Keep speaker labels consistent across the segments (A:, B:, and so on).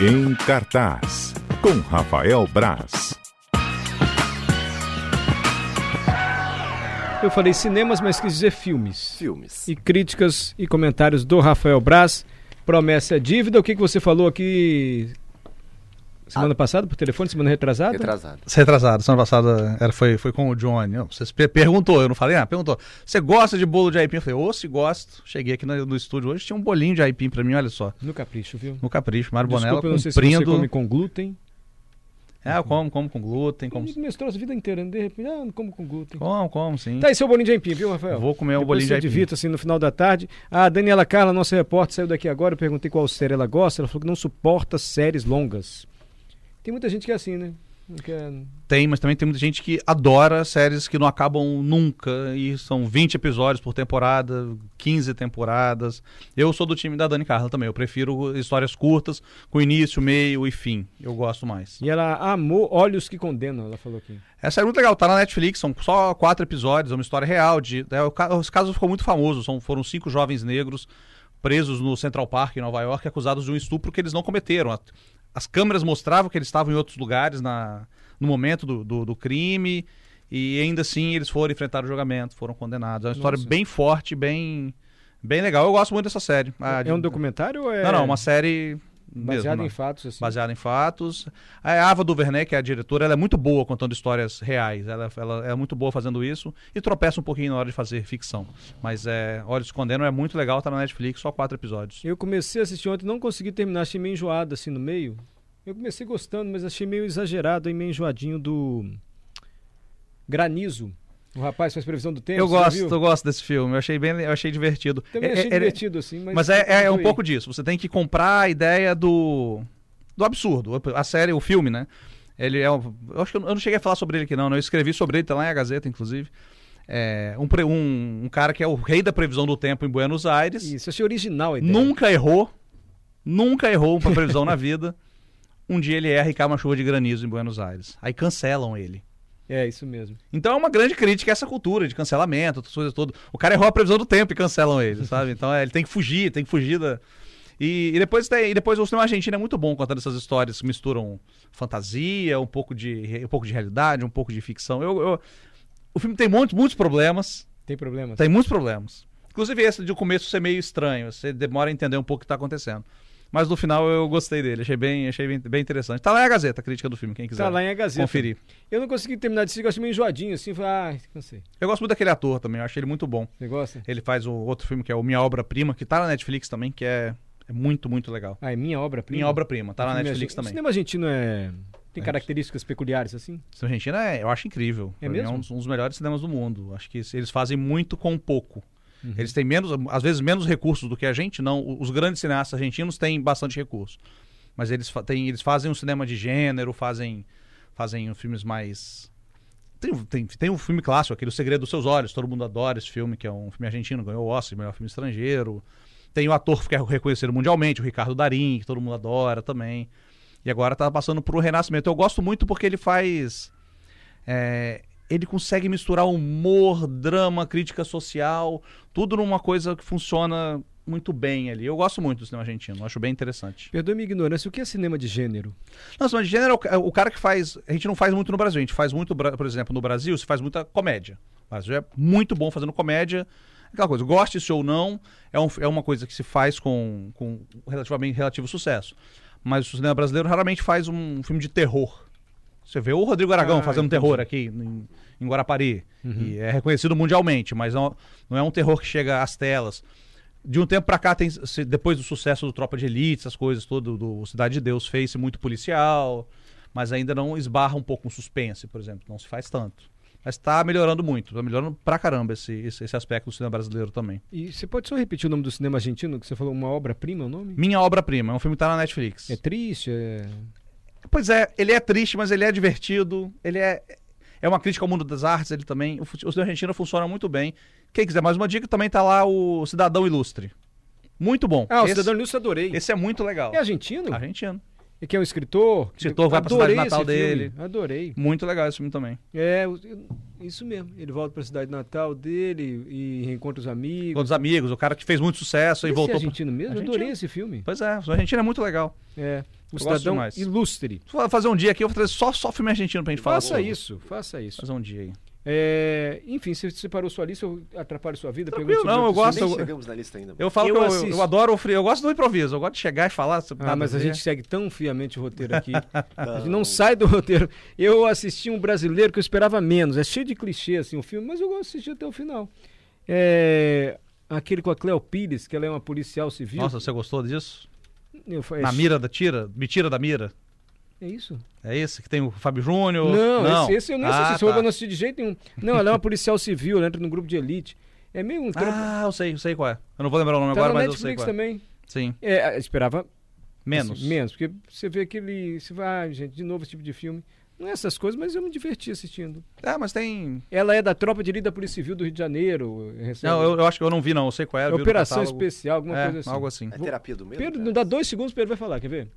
A: Em cartaz, com Rafael Braz.
B: Eu falei cinemas, mas quis dizer filmes.
C: Filmes.
B: E críticas e comentários do Rafael Braz. Promessa é dívida. O que, que você falou aqui semana passada, por telefone, semana retrasada?
C: Retrasado.
D: Esse retrasado, semana passada era, foi, foi com o Johnny. Não, Você per- perguntou, eu não falei, ah, perguntou. Você gosta de bolo de aipim? Eu falei, ô, se gosto. Cheguei aqui no, no estúdio hoje, tinha um bolinho de aipim pra mim, olha só.
B: No capricho, viu?
D: No capricho, Mário Bonella
B: Desculpa, eu não sei se você
D: cumprindo.
B: come com glúten.
D: É, eu como, como com glúten, como, assim?
B: Comigo mestrou a vida inteira, né? de repente, ah, não como com glúten.
D: como, como sim.
B: Tá aí seu bolinho de aipim, viu, Rafael?
D: Vou comer o
B: Depois
D: bolinho de
B: você
D: aipim.
B: divirta, assim, no final da tarde. A Daniela Carla, nossa repórter, saiu daqui agora. Eu perguntei qual série ela gosta. Ela falou que não suporta séries longas. Tem muita gente que é assim, né? Não quer-
D: Tem, mas também tem muita gente que adora séries que não acabam nunca e são 20 episódios por temporada, 15 temporadas. Eu sou do time da Dani Carla também, eu prefiro histórias curtas com início, meio e fim. Eu gosto mais.
B: E ela amou Olhos que Condenam, ela falou aqui.
D: Essa é muito legal, tá na Netflix, são só quatro episódios, é uma história real. De, é, o ca- esse caso ficou muito famoso, são, foram cinco jovens negros presos no Central Park, em Nova York, acusados de um estupro que eles não cometeram. A- As câmeras mostravam que eles estavam em outros lugares na, no momento do, do- do crime, e ainda assim eles foram enfrentar o julgamento, foram condenados. É uma história
B: Nossa.
D: bem forte, bem, bem legal. Eu gosto muito dessa série. A-
B: é um documentário ou é...
D: Ah, Não, não, uma série...
B: Baseado
D: mesmo, né?
B: em
D: não.
B: fatos, assim.
D: Baseada em fatos. A Ava Duvernay, que é a diretora, ela é muito boa contando histórias reais. Ela, ela é muito boa fazendo isso e tropeça um pouquinho na hora de fazer ficção. Mas é, Olhos Escondendo é muito legal, tá na Netflix, só quatro episódios.
B: Eu comecei a assistir ontem, não consegui terminar, achei meio enjoado assim no meio. Eu comecei gostando, mas achei meio exagerado e meio enjoadinho do Granizo. O rapaz faz previsão do tempo.
D: Eu
B: você já
D: gosto,
B: viu?
D: eu gosto desse filme. Eu achei bem, eu achei divertido.
B: Também
D: É-
B: achei
D: é- ele-
B: divertido assim, mas.
D: Mas é, é- é um
B: doei.
D: pouco disso. Você tem que comprar a ideia do, do absurdo. A série, o filme, né? Ele é. um- Eu acho que eu eu não cheguei a falar sobre ele aqui, não. né? Eu escrevi sobre ele, tá lá em A Gazeta, inclusive. É, um, pre- um- um cara que é o rei da previsão do tempo em Buenos Aires.
B: Isso, achei original a ideia.
D: Nunca errou. Nunca errou uma previsão na vida. Um dia ele erra e cai uma chuva de granizo em Buenos Aires. Aí cancelam ele.
B: É, isso mesmo.
D: Então é uma grande crítica a essa cultura de cancelamento, essas coisas todas. O cara errou a previsão do tempo e cancelam ele, sabe? Então é, ele tem que fugir, tem que fugir da. E, e depois tem, e depois o cinema argentino é muito bom contando essas histórias que misturam fantasia, um pouco de, re- um pouco de realidade, um pouco de ficção. Eu- eu- o filme tem muitos, muitos problemas,
B: Tem problema?
D: tem muitos problemas. Inclusive esse de começo ser meio estranho, você demora a entender um pouco o que tá acontecendo. Mas no final eu gostei dele, achei bem, achei bem, bem interessante. Tá lá na Gazeta, a crítica do filme, quem quiser
B: Tá lá em A Gazeta.
D: conferir.
B: Eu não consegui terminar de assistir, eu achei meio enjoadinho assim. Falei, ah, cansei.
D: Eu gosto muito daquele ator também, eu achei ele muito bom.
B: Você gosta?
D: Ele faz o outro filme que é o Minha Obra Prima, que tá na Netflix também, que é, é muito, muito legal.
B: Ah, é minha obra-prima.
D: Minha Obra Prima, tá na
B: Filme
D: Netflix
B: argentino. O
D: também.
B: cinema argentino é. Tem
D: É.
B: características peculiares assim?
D: O cinema argentino é, eu acho incrível.
B: É
D: Pra mim
B: mesmo?
D: um, dos- um dos melhores cinemas do mundo. Acho que eles fazem muito com pouco.
B: Uhum.
D: Eles têm menos, às vezes menos recursos do que a gente, não. O- Os grandes cineastas argentinos têm bastante recurso. Mas eles, fa- têm- eles fazem um cinema de gênero, fazem, fazem um filmes mais. Tem, tem, tem um filme clássico, aquele O Segredo dos Seus Olhos, todo mundo adora esse filme, que é um filme argentino, ganhou o Oscar, de melhor filme estrangeiro. Tem o ator que é reconhecido mundialmente, o Ricardo Darim, que todo mundo adora também. E agora tá passando pro Renascimento. Eu gosto muito porque ele faz. é, ele consegue misturar humor, drama, crítica social, tudo numa coisa que funciona muito bem ali. Eu gosto muito do cinema argentino, acho bem interessante.
B: Perdoe minha ignorância, o que é cinema de gênero?
D: Não, cinema de gênero é o ca- é o cara que faz. A gente não faz muito no Brasil, a gente faz muito, bra- por exemplo, no Brasil, se faz muita comédia. O Brasil é muito bom fazendo comédia. Aquela coisa, goste-se ou não, é, um- é uma coisa que se faz com, com relativamente relativo sucesso. Mas o cinema brasileiro raramente faz um filme de terror. Você vê o Rodrigo Aragão
B: Ah,
D: fazendo
B: entendi.
D: terror aqui em, em Guarapari.
B: Uhum.
D: E é reconhecido mundialmente, mas não, não é um terror que chega às telas. De um tempo pra cá, tem, se- depois do sucesso do Tropa de Elite, essas coisas todas, do Cidade de Deus, fez-se muito policial, mas ainda não esbarra um pouco um suspense, por exemplo. Não se faz tanto. Mas tá melhorando muito, tá melhorando pra caramba esse, esse, esse aspecto do cinema brasileiro também.
B: E você pode só repetir o nome do cinema argentino, que você falou uma obra-prima, é o nome?
D: Minha Obra-Prima, é um filme que tá na Netflix.
B: É triste, é...
D: Pois é, ele é triste, mas ele é divertido, ele é. É uma crítica ao mundo das artes, ele também. O, fut- o cinema argentino funciona muito bem. Quem quiser mais uma dica, também tá lá o Cidadão Ilustre. Muito bom.
B: Ah, o
D: esse,
B: Cidadão Lúcio adorei.
D: esse é muito legal.
B: É argentino?
D: Argentino.
B: E que é um escritor.
D: Ah. Escritor, vai pra
B: Adorei
D: cidade natal
B: esse filme,
D: dele.
B: Adorei.
D: Muito legal esse filme também.
B: É, o- eu- isso mesmo. Ele volta pra cidade natal dele e reencontra os
D: Com
B: amigos.
D: os amigos, o cara que fez muito sucesso e
B: Esse
D: voltou.
B: é
D: pro-
B: argentino mesmo? Eu
D: Argentino.
B: Adorei esse filme.
D: Pois é, o argentino é muito legal.
B: É. Um
D: gosto
B: cidadão
D: demais.
B: ilustre.
D: Vou Fazer um dia aqui, eu vou trazer só, só filme argentino pra gente falar.
B: Faça
D: Pô,
B: isso, faça isso.
D: Fazer um dia aí.
B: É, enfim, você separou sua lista, eu atrapalho sua vida?
D: Tranquilo,
B: pergunto sobre
D: não, eu
B: outros
D: gosto,
B: filmes?
D: eu-
C: Nem chegamos na lista ainda. mano.
D: Eu falo
B: Eu
D: que eu- eu,
B: assisto.
D: eu adoro o frio. Eu gosto do improviso. Eu gosto de chegar e falar.
B: Ah,
D: nada
B: mas a
D: ver.
B: gente segue tão fiamente o roteiro aqui. a
D: Tá
B: gente
C: Não.
B: não sai do roteiro. Eu assisti um brasileiro que eu esperava menos. É cheio de clichê assim o filme, mas eu gosto de assistir até o final. É, aquele com a Cleo Pires, que ela é uma policial civil.
D: Nossa, você gostou disso?
B: Eu fa- é,
D: Na mira da tira? Me tira da mira?
B: É isso?
D: É esse que tem o Fábio Júnior?
B: Não, Esse, esse eu nem
D: ah,
B: assisti. Esse
D: tá.
B: roubo eu não assisti de jeito nenhum. Não, ela é uma policial civil, ela entra num grupo de elite. É meio um trampo.
D: Ah, eu sei, eu sei qual é. Eu não vou lembrar o nome
B: tá
D: agora,
B: na
D: mas eu sei
B: Netflix
D: qual é.
B: também.
D: Sim.
B: É, eu esperava
D: Menos.
B: Assim, menos, porque você vê aquele. Você vai, ah, gente, de novo esse tipo de filme. Não é essas coisas, mas eu me diverti assistindo.
D: Ah, mas tem.
B: Ela é da Tropa de Elite da Polícia Civil do Rio de Janeiro. recebe-
D: Não, eu, eu acho que eu não vi, não. Eu sei qual
B: é
D: era. eu vi no
B: Operação
D: catálogo.
B: Especial, alguma
D: é,
B: coisa assim.
D: Algo assim.
C: É terapia do medo?
B: Pedro,
C: cara?
B: não dá dois segundos, Pedro vai falar, quer ver?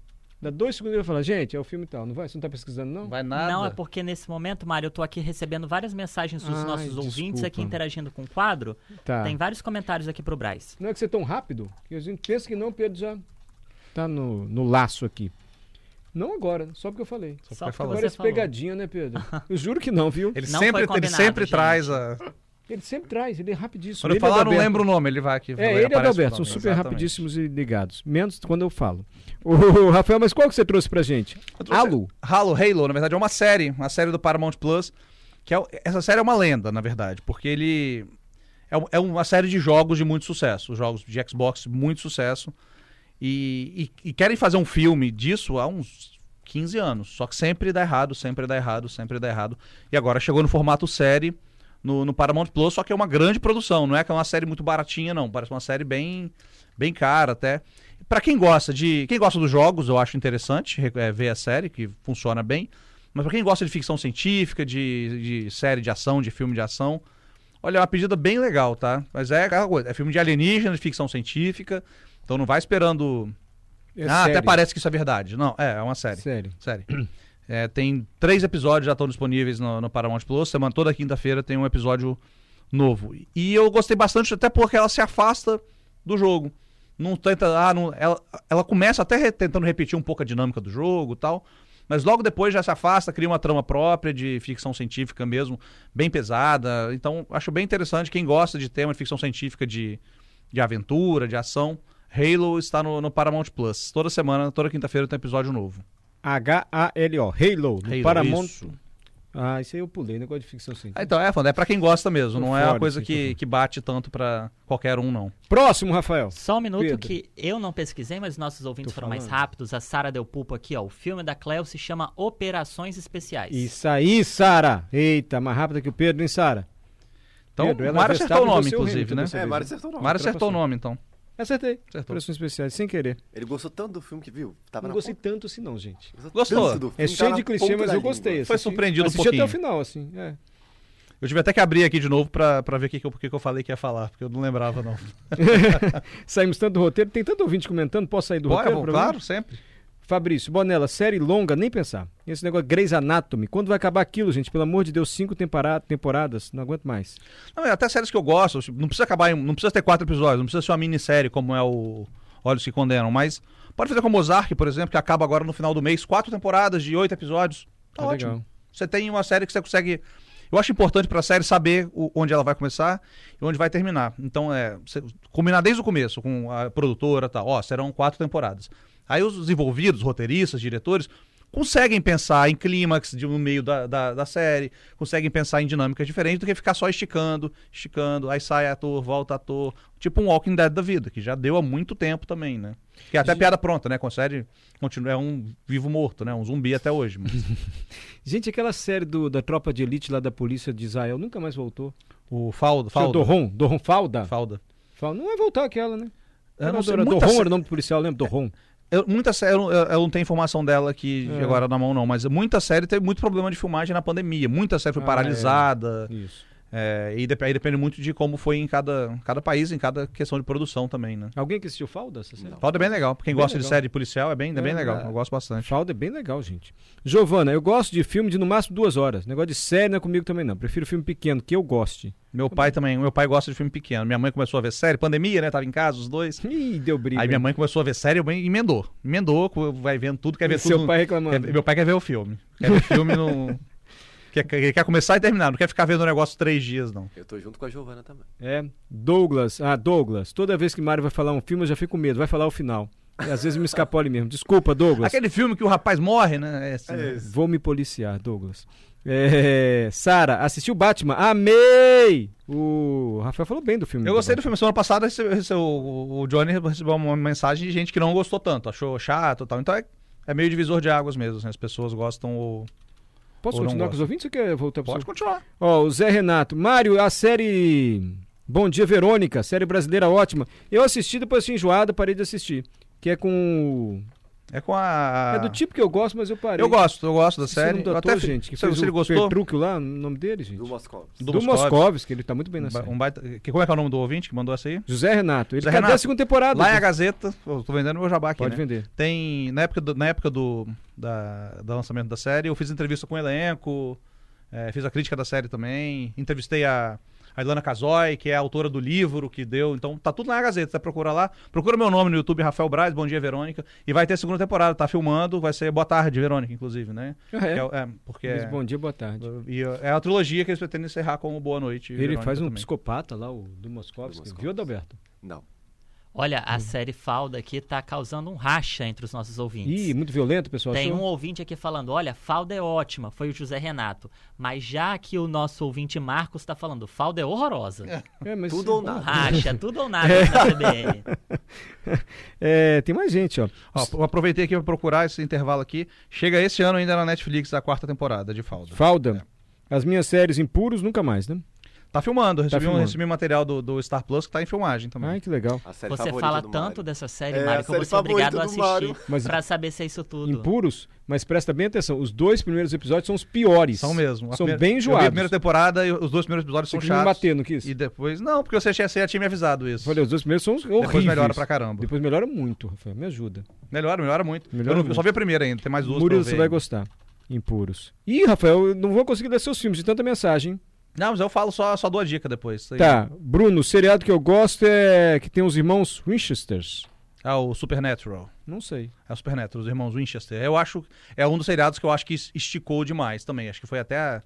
B: Dá dois segundos ele vai falar, gente, é o filme tal, não vai? Você não tá pesquisando, não?
D: Não vai nada.
E: Não, é porque nesse momento, Mário, eu tô aqui recebendo várias mensagens dos
B: Ai,
E: nossos ouvintes
B: desculpa.
E: aqui interagindo com o quadro.
B: Tá.
E: Tem vários comentários aqui pro Braz.
B: Não é que você é tão rápido, que a gente pensa que não, Pedro já tá no, no laço aqui. Não agora, só porque eu falei.
D: Só
E: Só
D: vai
E: porque
D: falar.
E: você
B: Agora esse
E: falou.
B: pegadinha, né, Pedro? Eu juro que não, viu?
D: Ele
E: Não foi
D: sempre, ele
E: combinado,
D: sempre
E: gente.
D: traz a.
B: Ele sempre traz, ele é rapidíssimo.
D: Quando
B: Ele
D: eu
B: é
D: falar, não
B: Adalberto.
D: lembro o nome, ele vai aqui.
B: É, ele e
D: aparece o
B: Adalberto, são
D: nome,
B: super
D: exatamente.
B: rapidíssimos e ligados. Menos quando eu falo. Ô, Rafael, mas qual que você trouxe pra gente?
D: Eu trouxe-
B: Alu.
D: Halo, Halo, na verdade, é uma série, uma série do Paramount Plus. Que é, o- essa série é uma lenda, na verdade, porque ele. É, um- é uma série de jogos de muito sucesso. Jogos de Xbox, muito sucesso. E, e- e querem fazer um filme disso há uns 15 anos. Só que sempre dá errado, sempre dá errado, sempre dá errado. E agora chegou no formato série. No, no Paramount Plus, só que é uma grande produção, não é que é uma série muito baratinha, não. Parece uma série bem, bem cara até. Pra quem gosta de quem gosta dos jogos, eu acho interessante re- é, ver a série que funciona bem. Mas pra quem gosta de ficção científica, de, de série de ação, de filme de ação, olha, é uma pedida bem legal, tá? Mas é aquela coisa, é filme de alienígena, de ficção científica, então não vai esperando.
B: É
D: ah,
B: sério.
D: até parece que isso é verdade. Não, é, é uma série.
B: Sério.
D: Série. É, tem três episódios já estão disponíveis no, no Paramount Plus. Semana toda quinta-feira tem um episódio novo. E eu gostei bastante, até porque ela se afasta do jogo. Não tenta. Ah, não, ela, ela começa até re- tentando repetir um pouco a dinâmica do jogo e tal. Mas logo depois já se afasta, cria uma trama própria de ficção científica mesmo, bem pesada. Então, acho bem interessante. Quem gosta de tema de ficção científica, de, de aventura, de ação, Halo está no, no Paramount Plus. Toda semana, toda quinta-feira tem episódio novo.
B: H-A-L-O. Halo. no
D: Halo,
B: Paramount.
D: isso.
B: Ah, isso aí eu pulei, negócio de ficção
D: Ah,
B: científica.
D: então, é, Fanda, é pra quem gosta mesmo.
B: Tô
D: Não é
B: fora
D: uma coisa
B: desse
D: que,
B: microfone.
D: que bate tanto pra qualquer um, não.
B: Próximo, Rafael.
E: Só um minuto
B: Pedro.
E: que eu não pesquisei, mas nossos ouvintes
B: Tô
E: foram mais
B: falando.
E: rápidos. A Sara Del Pulpo aqui, ó. O filme da Cleo se chama Operações Especiais.
B: Isso aí, Sara. Eita, mais rápida que o Pedro, hein, Sara?
D: Então,
B: Pedro, ela
D: o Mário
B: é
D: acertou o
B: Verstappen,
D: nome,
B: você é o
D: inclusive,
B: Hamilton
D: né?
B: dessa
C: É,
B: vez, né?
C: Mário acertou o
D: O
C: nome.
D: Mário acertou
B: ultrapassou.
D: o nome, então.
B: Acertei.
D: Acertou.
B: Operações especiais, sem querer.
C: Ele gostou tanto do filme que viu. Tava
B: Não
C: na
B: gostei tanto assim, não, gente.
C: ponta-
D: Gostou?
C: tanto do
B: É
C: filme,
B: cheio
C: tava
B: de
C: na
B: clichê,
C: ponta
B: mas
C: da
B: eu
C: língua.
B: gostei.
D: Foi
B: assisti-
D: surpreendido um
B: assisti até
D: pouquinho.
B: o final, assim. É.
D: Eu tive até que abrir aqui de novo pra, pra ver o que, que, eu- o que que eu falei que ia falar, porque eu não lembrava, não.
B: Saímos tanto do roteiro. Tem tanto ouvinte comentando. Posso sair do
D: Bora,
B: roteiro?
D: vamos,
B: problema?
D: é claro, sempre.
B: Fabrício, Bonella, série longa, nem pensar. Esse negócio Grey's Anatomy, quando vai acabar aquilo, gente? Pelo amor de Deus, cinco tempora- temporadas, não aguento mais.
D: Não, é até séries que eu gosto, tipo, não precisa acabar em, não precisa ter quatro episódios, não precisa ser uma minissérie como é o Olhos que Condenam, mas pode fazer como Ozark, por exemplo, que acaba agora no final do mês, quatro temporadas de oito episódios. Tá
B: Tá
D: ótimo.
B: legal.
D: Você tem uma série que você consegue. Eu acho importante pra série saber o- onde ela vai começar e onde vai terminar. Então, é, você combinar desde o começo com a produtora, tá? Ó, serão quatro temporadas. Aí os envolvidos, roteiristas, diretores, conseguem pensar em clímax de- no meio da, da, da série, conseguem pensar em dinâmicas diferentes do que ficar só esticando, esticando, aí sai ator, volta ator. Tipo um Walking Dead da vida, que já deu há muito tempo também, né? Que é até piada pronta, né? Com a série continua, é um vivo morto, né? Um zumbi até hoje. mas-
B: Gente, aquela série do- da tropa de elite lá da polícia de Israel nunca mais voltou.
D: O Faldo.
B: Falda.
D: Faldo.
B: Doron, Doron Falda?
D: Falda.
B: Falda. Não vai voltar aquela, né?
D: Eu
B: Era
D: não sei,
B: Doron-
D: muita
B: Doron
D: sé-
B: era o nome do policial, lembra? Doron.
D: eu, muita série, eu, eu não tenho informação dela aqui
B: É.
D: agora na mão, não, mas muita série teve muito problema de filmagem na pandemia. Muita série foi
B: Ah,
D: paralisada.
B: Isso.
D: É. É, e dep- aí depende muito de como foi em cada, cada país, em cada questão de produção também, né?
B: Alguém que assistiu Falda? Essa série?
D: Falta é bem legal. pra Quem
B: Bem
D: gosta de
B: legal.
D: série policial é bem, é bem
B: É,
D: legal.
B: é.
D: Eu gosto bastante.
B: Falda é bem legal, gente. Giovana, eu gosto de filme de no máximo duas horas. Negócio de série não é comigo também não. Prefiro filme pequeno, que eu goste.
D: Meu pai também, meu pai gosta de filme pequeno. Minha mãe começou a ver série, pandemia, né? Tava em casa, os dois.
B: Ih, deu briga.
D: Aí minha mãe começou a ver série, eu bem- emendou. Emendou, co- vai vendo tudo, quer ver
B: E
D: tudo.
B: seu pai
D: quer-
B: reclamando.
D: meu pai quer ver o filme. Quer ver filme no. Quer, quer- quer começar e terminar, não quer ficar vendo o negócio três dias, não.
C: Eu tô junto com a Giovana também.
B: É, Douglas. Ah, Douglas. Toda vez que Mário vai falar um filme, eu já fico com medo. Vai falar o final. E às vezes me escapou ali mesmo. Desculpa, Douglas.
D: Aquele filme que o rapaz morre, né? É assim, né?
B: Vou me policiar, Douglas. É, Sara, assistiu Batman? Amei! O Rafael falou bem do filme.
D: Eu gostei do
B: Batman.
D: filme. Semana passada rece- rece- o, o Johnny recebeu uma mensagem de gente que não gostou tanto, achou chato e tal. Então é, é meio divisor de águas mesmo, né? As pessoas gostam ou.
B: Posso
D: Ou não
B: continuar com
D: gosta?
B: os ouvintes ou quer voltar pro
D: Pode
B: seu-
D: continuar.
B: Ó, o Zé Renato. Mário, a série Bom Dia Verônica, série brasileira ótima. Eu assisti, depois fui enjoado, parei de assistir. Que é com.
D: É com a.
B: É do tipo que eu gosto, mas eu parei.
D: Eu gosto, eu gosto da
B: Esse é o
D: série.
B: nome do
D: Eu
B: ator,
D: até fi-
B: gente, que
D: se,
B: fez
D: se
B: o
D: ele gostou.
B: Petruccio lá, o nome dele, gente?
C: Do Moscou.
D: do
B: do
D: Moscovitz.
B: Moscovitz, que ele tá muito bem
D: Um
B: na
D: ba-
B: série.
D: um baita- que- como é que é o nome do ouvinte que mandou essa aí?
B: José Renato. Ele
D: José
B: cadê a
D: Renato.
B: segunda temporada?
D: Lá é a
B: gente?
D: Gazeta, eu tô vendendo meu jabá aqui,
B: Ah, Pode
D: né?
B: vender.
D: Tem, na época, do, na época do, da, do lançamento da série, eu fiz entrevista com o elenco, eh, fiz a crítica da série também, entrevistei a, a Ilana Casoy, que é a autora do livro que deu, então tá tudo na Gazeta, tá? procura lá, procura meu nome no YouTube, Rafael Braz, Bom Dia Verônica, e vai ter a segunda temporada, tá filmando, vai ser Boa Tarde Verônica, inclusive, né?
B: Ah, é?
D: Que é- é, porque
B: Diz bom dia, boa tarde.
D: e é a trilogia que eles pretendem encerrar com o Boa Noite
B: Ele
D: Verônica
B: faz um
D: também.
B: psicopata lá, o do Moscovitz.
C: Do Moscovitz.
B: Viu, Adalberto?
C: Não.
E: Olha,
B: Uhum.
E: a série Falda aqui tá causando um racha entre os nossos ouvintes.
B: Ih, muito violento, pessoal.
E: Tem
B: achou?
E: um ouvinte aqui falando, olha, falda é ótima, foi o José Renato. Mas já que o nosso ouvinte Marcos está falando, falda é horrorosa.
B: É, mas-
C: Tudo ou nada.
E: Racha, tudo ou nada né, na CBN.
B: É, tem mais gente, ó.
D: Ó, eu aproveitei aqui pra procurar esse intervalo aqui. Chega esse ano ainda na Netflix a quarta temporada de Falda.
B: Falda. As minhas séries impuros nunca mais, né?
D: Tá filmando, eu
B: Tá
D: recebi, um,
B: filmando.
D: recebi material do, do Star Plus que tá em filmagem também.
B: Ai, que legal.
C: A série
E: Você
C: favorita
E: fala
C: do
E: tanto
C: Mário.
E: dessa série,
C: É, a
E: Mário, que eu vou
C: série
E: ser obrigado a
C: favorita do
E: assistir
C: Mário.
B: Mas-
E: pra saber se é isso tudo.
B: Impuros, mas presta bem atenção. Os dois primeiros episódios são os piores.
D: São mesmo. A
B: São
D: primeira-
B: bem
D: eu vi
B: enjoados.
D: A primeira temporada e os dois primeiros
B: Você
D: episódios são
B: quis me
D: chatos.
B: bater, não quis?
D: E depois. Não, porque você tinha, você já tinha me avisado isso.
B: Falei, os dois primeiros são os horríveis.
D: Depois melhora pra caramba.
B: Depois melhora muito, Rafael. Me ajuda.
D: Melhora, melhora muito.
B: Melhora
D: eu, não- eu
B: muito.
D: só vi a primeira ainda, tem mais duas
B: Murilo,
D: pra eu
B: você
D: ver
B: vai
D: ainda.
B: gostar. Impuros. Ih, Rafael, eu não vou conseguir ler seus filmes de tanta mensagem.
D: Não, mas eu falo só, só dou a dica depois. Isso aí.
B: Tá, Bruno, o seriado que eu gosto é que tem os irmãos Winchesters.
D: É o Supernatural.
B: Não sei.
D: É o Supernatural, os irmãos Winchester. Eu acho. É um dos seriados que eu acho que es- esticou demais também. Acho que foi até a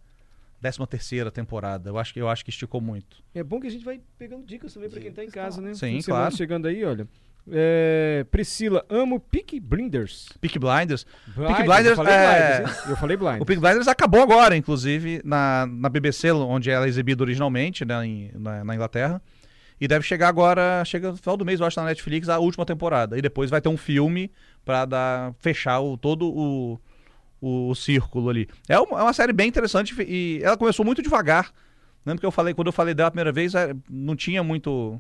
D: 13 terceira temporada. Eu acho, que, eu acho que esticou muito.
B: É bom que a gente vai pegando dicas também pra quem tá em casa, né?
D: Sim,
B: Fim de semana
D: claro.
B: Chegando aí, olha. É, Priscila, amo Peak Blinders.
D: Peak Blinders.
B: Blinders,
D: Blinders,
B: eu falei
D: é-
B: Blinders, hein? Eu falei Blinders.
D: O Peak Blinders acabou agora, inclusive, na, na BBC, onde ela é exibida originalmente, né, em- na, na Inglaterra. E deve chegar agora, chega no final do mês, eu acho, na Netflix, a última temporada. E depois vai ter um filme pra dar, fechar o, todo o, o, círculo ali. É uma, é uma série bem interessante e ela começou muito devagar. Lembro que eu falei, quando eu falei dela a primeira vez, eh, não tinha muito.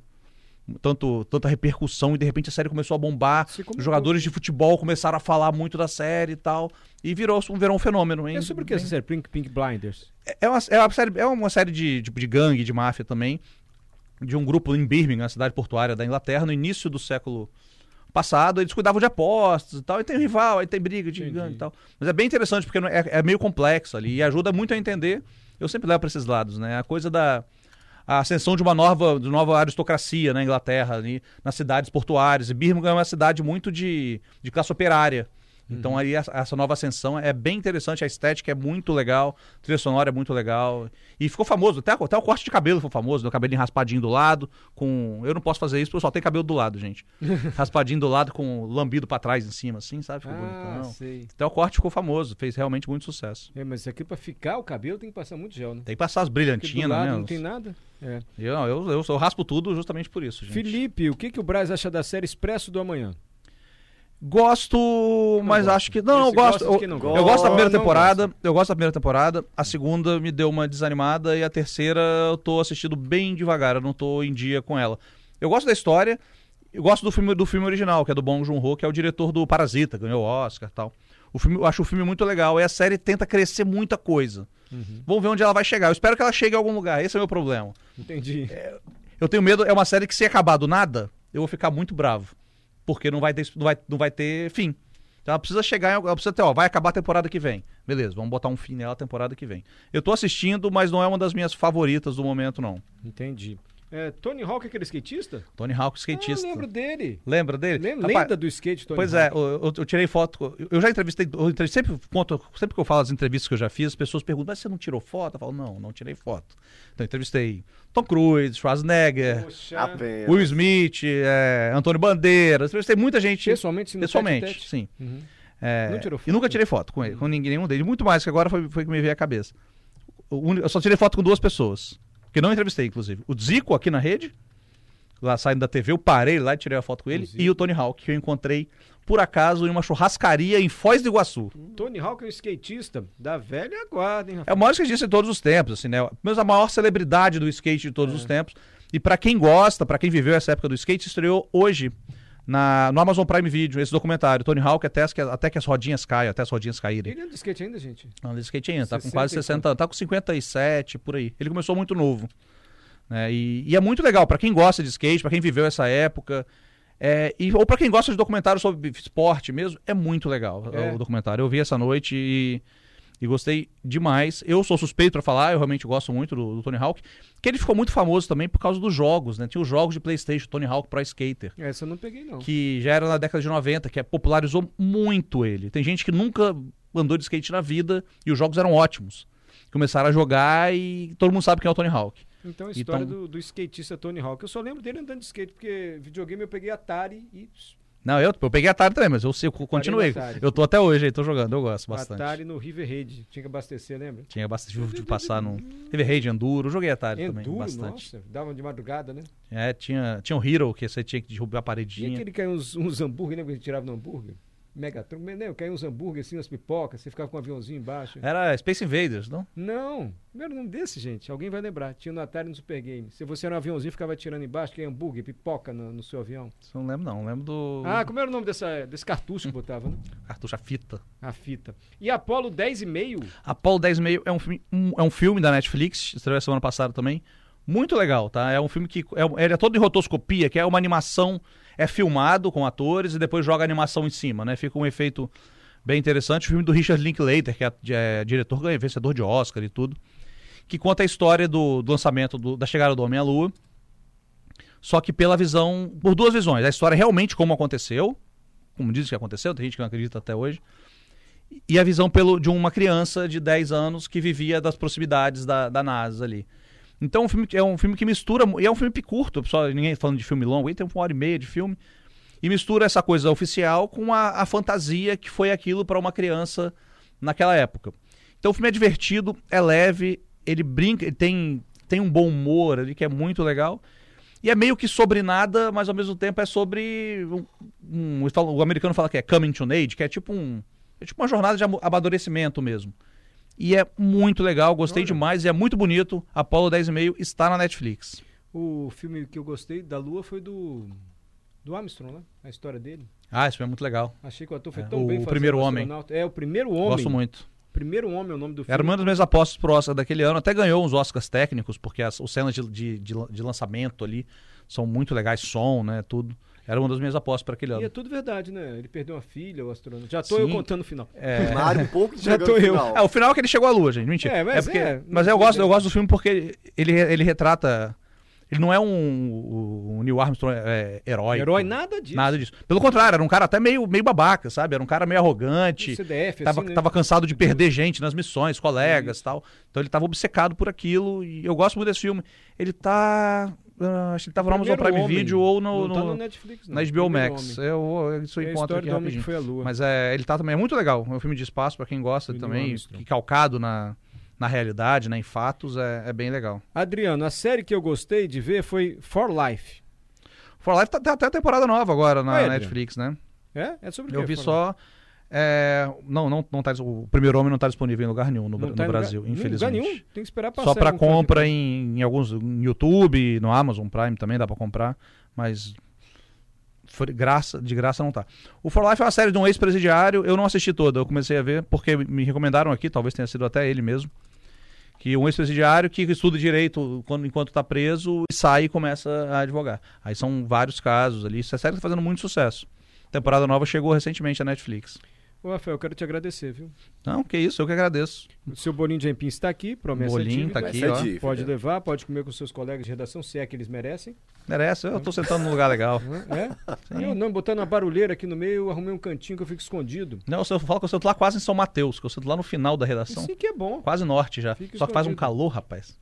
D: Tanto, tanta repercussão e de repente a série começou a bombar.
B: Você comentou.
D: Os jogadores de futebol começaram a falar muito da série e tal. E virou, virou um fenômeno, hein?
B: É sobre o que essa série? Pink, Pink Blinders.
D: É uma, é uma série, é uma série de, de, de gangue, de máfia também, de um grupo em Birmingham, uma cidade portuária da Inglaterra, no início do século passado. Eles cuidavam de apostas e tal, e tem um rival, aí tem briga de
B: Entendi.
D: gangue e tal. Mas é bem interessante, porque não- é, é meio complexo ali e ajuda muito a entender. Eu sempre levo para esses lados, né? A coisa da a ascensão de uma nova, de uma nova aristocracia na Inglaterra, ali, nas cidades portuárias. E Birmingham é uma cidade muito de, de classe operária. Então
B: Uhum.
D: aí essa- essa nova ascensão é bem interessante, a estética é muito legal, a trilha sonora é muito legal. E ficou famoso, até, até o corte de cabelo foi famoso, né? o cabelinho raspadinho do lado, com. Eu não posso fazer isso porque eu só tenho cabelo do lado, gente. raspadinho do lado com lambido pra trás em cima, assim, sabe?
B: Ah,
D: Ficou bonitão.
B: sei.
D: Até o corte ficou famoso, fez realmente muito sucesso.
B: É, mas isso aqui pra ficar o cabelo tem que passar muito gel, né?
D: Tem que passar as
B: Porque do
D: brilhantinas,
B: lado
D: né?
B: não
D: os-
B: tem nada. É.
D: Eu, eu, eu, eu raspo tudo justamente por isso, gente.
B: Felipe, o que, que o Braz acha da série Expresso do Amanhã?
D: Gosto, mas
B: gosto.
D: acho que. Não, não
B: Esse
D: gosto.
B: gosta de
D: Eu,
B: quem não
D: eu
B: gosta.
D: gosto da primeira
B: Não
D: temporada. Eu gosto da primeira temporada. A segunda me deu uma desanimada. E a terceira eu tô assistindo bem devagar. Eu não tô em dia com ela. Eu gosto da história. Eu gosto do filme, do filme original, que é do Bong Joon-ho, que é o diretor do Parasita, ganhou o Oscar e tal. O filme, eu acho o filme muito legal. E a série tenta crescer muita coisa. Vamos ver onde ela vai chegar. Eu espero que ela chegue a algum lugar. Esse é o meu problema.
B: Entendi.
D: Eu tenho medo, é uma série que se acabar do nada, eu vou ficar muito bravo. Porque não vai ter, não vai, não vai ter fim. Então ela precisa chegar, em algu- ela precisa ter, ó, vai acabar a temporada que vem. Beleza, vamos botar um fim nela a temporada que vem. Eu tô assistindo, mas não é uma das minhas favoritas do momento, não.
B: Entendi. É, Tony Hawk é aquele skatista?
D: Tony Hawk, skatista.
B: Ah, eu lembro dele.
D: Lembra dele?
B: Lem-
D: Rapaz,
B: Lenda do skate, Tony
D: Pois é,
B: Hawk.
D: eu, eu- eu tirei foto. eu- Eu já entrevistei. eu entre- sempre, conto, sempre que eu falo as entrevistas que eu já fiz, as pessoas perguntam, mas você não tirou foto? Eu falo, não, não tirei foto. Então, eu entrevistei Tom Cruise, Schwarzenegger,
B: Poxa.
C: Apenas.
D: Will Smith, é, Antônio Bandeiras. Entrevistei muita gente.
B: Pessoalmente, sim, no
D: Pessoalmente,
B: tete a tete.
D: sim.
B: Uhum.
D: É,
B: Não tirou
D: E
B: foto? Hum.
D: nunca tirei foto com, ele, com ninguém, nenhum deles. Muito mais que agora foi, foi que me veio à cabeça. O único- eu só tirei foto com duas pessoas. Que não entrevistei, inclusive. O Zico aqui na rede, lá saindo da TV, eu parei lá e tirei a foto com ele.
B: Zico.
D: e o Tony Hawk, que eu encontrei, por acaso, em uma churrascaria em Foz do Iguaçu.
B: Tony Hawk é um skatista da velha guarda, hein,
D: É
B: Rafael?
D: o maior skatista de todos os tempos, assim, né? Mas a maior celebridade do skate de todos os tempos. E pra quem gosta, pra quem viveu essa época do skate, estreou hoje na, no Amazon Prime Video esse documentário, Tony Hawk, até, as que- até que as rodinhas caiam, até as rodinhas caírem.
B: Ele anda de skate ainda, gente?
D: Não, de skate ainda, tá com
B: 60
D: quase
B: e
D: 60 anos, tá com 57 por aí. Ele começou muito novo. né? E, e é muito legal pra quem gosta de skate, pra quem viveu essa época. é, e- ou pra quem gosta de documentário sobre esporte mesmo, é muito legal
B: É.
D: é, o documentário. Eu vi essa noite e, e gostei demais. Eu sou suspeito pra falar, eu realmente gosto muito do, do Tony Hawk. Que ele ficou muito famoso também por causa dos jogos, né? Tinha os jogos de Playstation, Tony Hawk Pro Skater
B: Essa eu não peguei, não.
D: que já era na década de 90, que é- popularizou muito ele. Tem gente que nunca andou de skate na vida e os jogos eram ótimos. Começaram a jogar e todo mundo sabe quem é o Tony Hawk.
B: Então, a história
D: Então-
B: do, do skatista Tony Hawk. Eu só lembro dele andando de skate, porque videogame eu peguei Atari e
D: Não, eu, eu peguei Atari também, mas eu, eu continuei.
B: Atari.
D: Eu tô até hoje aí, tô jogando, eu gosto bastante.
B: Atari no River Raid. Tinha que abastecer, lembra?
D: Tinha bastante de passar no. Teve Raid Enduro, eu joguei Atari também,
B: Enduro,
D: bastante.
B: nossa. Dava de madrugada, né?
D: É, tinha, tinha o Hero, que você tinha que derrubar a
B: E
D: paredinha.
B: aquele que caiu uns, uns hambúrguer, lembra que a gente tirava no hambúrguer? Megatron, né? Caiu uns hambúrguer assim, umas pipocas, você ficava com um aviãozinho embaixo.
D: Era Space Invaders, não?
B: Não, não era o nome desse, gente. Alguém vai lembrar. Tinha no Atari e no Super Game. Se você era um aviãozinho, ficava tirando embaixo, que é hambúrguer, pipoca no, no seu avião.
D: Isso eu não lembro, não. Eu lembro do
B: Ah, como era o nome dessa, desse cartucho que botava, né?
D: cartucho a fita.
B: A fita. E Apolo 10,5?
D: Apolo 10 meio é um filme, um- é um filme da Netflix, estreou semana passada também. Muito legal, tá? É um filme que é, um- ele é todo em rotoscopia, que é uma animação, é filmado com atores e depois joga a animação em cima, né? Fica um efeito bem interessante. O filme do Richard Linklater, que é, é diretor, ganha- vencedor de Oscar e tudo, que conta a história do, do lançamento do- da chegada do Homem à Lua. Só que pela visão, por duas visões, a história é realmente como aconteceu, como diz que aconteceu, tem gente que não acredita até hoje e a visão pelo, de uma criança de 10 anos que vivia das proximidades da, da NASA ali. Então o filme, é um filme que mistura, mu- e é um filme curto, pessoal, ninguém tá falando de filme longo, aí tem uma hora e meia de filme, e mistura essa coisa oficial com a, a fantasia que foi aquilo para uma criança naquela época. Então o filme é divertido, é leve, ele brinca, ele tem, tem um bom humor ali que é muito legal. E é meio que sobre nada, mas ao mesmo tempo é sobre. um- um- eles falam- o americano fala que é coming to age, que é tipo um. É tipo uma jornada de am- amadurecimento mesmo. E é muito legal, gostei demais e é muito bonito. Apolo 10,5 está na Netflix.
B: O filme que eu gostei da Lua foi do, do Armstrong, né? A história dele.
D: Ah, esse filme é muito legal.
B: Achei que o ator foi
D: É,
B: tão
D: o
B: bem fazendo
D: Primeiro Homem.
B: astronauta. É, o primeiro homem.
D: Gosto muito.
B: Primeiro homem é o nome do filme.
D: Era uma das minhas apostas pro Oscar daquele ano. Até ganhou uns Oscars técnicos, porque as, os cenas de, de, de lan- de lançamento ali são muito legais, som, né? Tudo. Era uma das minhas apostas para aquele
B: E é
D: ano.
B: tudo verdade, né? Ele perdeu uma filha, o astronauta. Já tô eu
D: Sim.
B: contando o final.
D: É...
C: Mário, um pouco
B: Já
C: chegando
B: tô
C: no
B: eu.
D: É,
C: final.
D: o final é que ele chegou à lua, gente. Mentira.
B: É,
D: É,
B: mas
D: mas,
B: é.
D: mas eu, gosto, eu gosto do filme porque ele, ele retrata. Ele não é um, um Neil Armstrong é, herói.
B: Herói, nada disso.
D: Nada disso. Pelo contrário, era um cara até meio, meio babaca, sabe? Era um cara meio
B: O
D: arrogante.
B: CDF,
D: Tava,
B: assim, né? Uhum.
D: tava cansado de perder gente nas missões, colegas e tal. Então ele tava obcecado por aquilo. E eu gosto muito desse filme. Ele tá. ah, acho que ele tava no Amazon
B: Primeiro
D: Prime
B: homem.
D: Video ou no,
B: Não tá
D: no-
B: no Netflix, não.
D: na HBO
B: Primeiro
D: Max.
B: homem.
D: Eu, eu, isso eu
B: É a
D: encontro
B: história
D: aqui
B: do homem
D: rapidinho.
B: que foi à Lua.
D: Mas é, ele tá também, é muito legal. É um filme de espaço, pra quem gosta
B: Filme do
D: também,
B: Armstrong.
D: que calcado na, na realidade, né, em fatos, é, é bem legal.
B: Adriano, a série que eu gostei de ver foi For Life.
D: For Life tá, tá até a temporada nova agora na
B: Ah, é, Adriano?
D: Netflix, né?
B: É? É sobre o
D: Eu
B: quê,
D: vi
B: For
D: só. é, não, não, não tá, dis- o primeiro homem não tá disponível em lugar nenhum no,
B: Life? Não
D: no
B: tá em lugar-
D: Brasil,
B: em lugar
D: infelizmente.
B: nenhum. Tem que esperar passar.
D: Só pra
B: algum filme.
D: compra em, em alguns. no YouTube, no Amazon Prime também dá pra comprar, mas. Foi graça, de graça não tá. O For Life é uma série de um ex-presidiário, eu não assisti toda, eu comecei a ver porque me recomendaram aqui, talvez tenha sido até ele mesmo, que um ex-presidiário que estuda direito quando, enquanto tá preso e sai e começa a advogar. Aí são vários casos ali, essa série tá fazendo muito sucesso. Temporada nova chegou recentemente à Netflix.
B: Ô, Rafael, eu quero te agradecer, viu?
D: Não, que isso, eu que agradeço.
B: O seu bolinho de empim está aqui, promessa
D: Bolinho
B: dívida.
D: tá aqui,
C: Essa é
D: ó.
C: dívida.
B: Pode levar, pode comer com seus colegas de redação, se é que eles merecem.
D: Merece, eu tô sentando num lugar legal.
B: né? É? Eu não, botando uma barulheira aqui no meio, eu arrumei um cantinho que eu fico escondido.
D: Não, eu só falo que eu sento lá é quase em São Mateus, que eu sento lá no final da redação.
B: Isso que é bom.
D: Quase norte já.
B: Fica
D: Só que faz um
B: escondido.
D: calor, rapaz.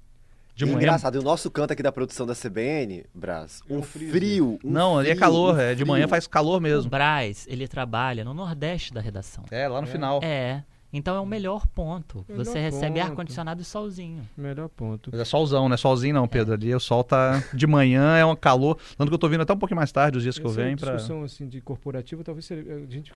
D: De
C: E
D: manhã.
C: É engraçado, e o nosso canto aqui da produção da CBN, Brás, um,
B: um
C: frio.
B: friozinho.
C: um
D: Não, ali é
C: frio,
D: calor,
C: um
D: é, de
C: frio.
D: manhã faz calor
E: O
D: mesmo.
E: Braz, ele trabalha no Nordeste da redação.
D: É, lá no final.
E: É. Então é o melhor ponto.
B: Melhor
E: Você recebe
B: ponto.
E: ar-condicionado e solzinho.
B: Melhor ponto.
D: Mas é solzão, né? Solzinho não, Pedro. Ali o sol tá de manhã, é um calor. Tanto que eu tô vindo até um pouquinho mais tarde, os dias que eu
B: Essa
D: venho. Pra...
B: discussão assim de corporativa, talvez seria- a gente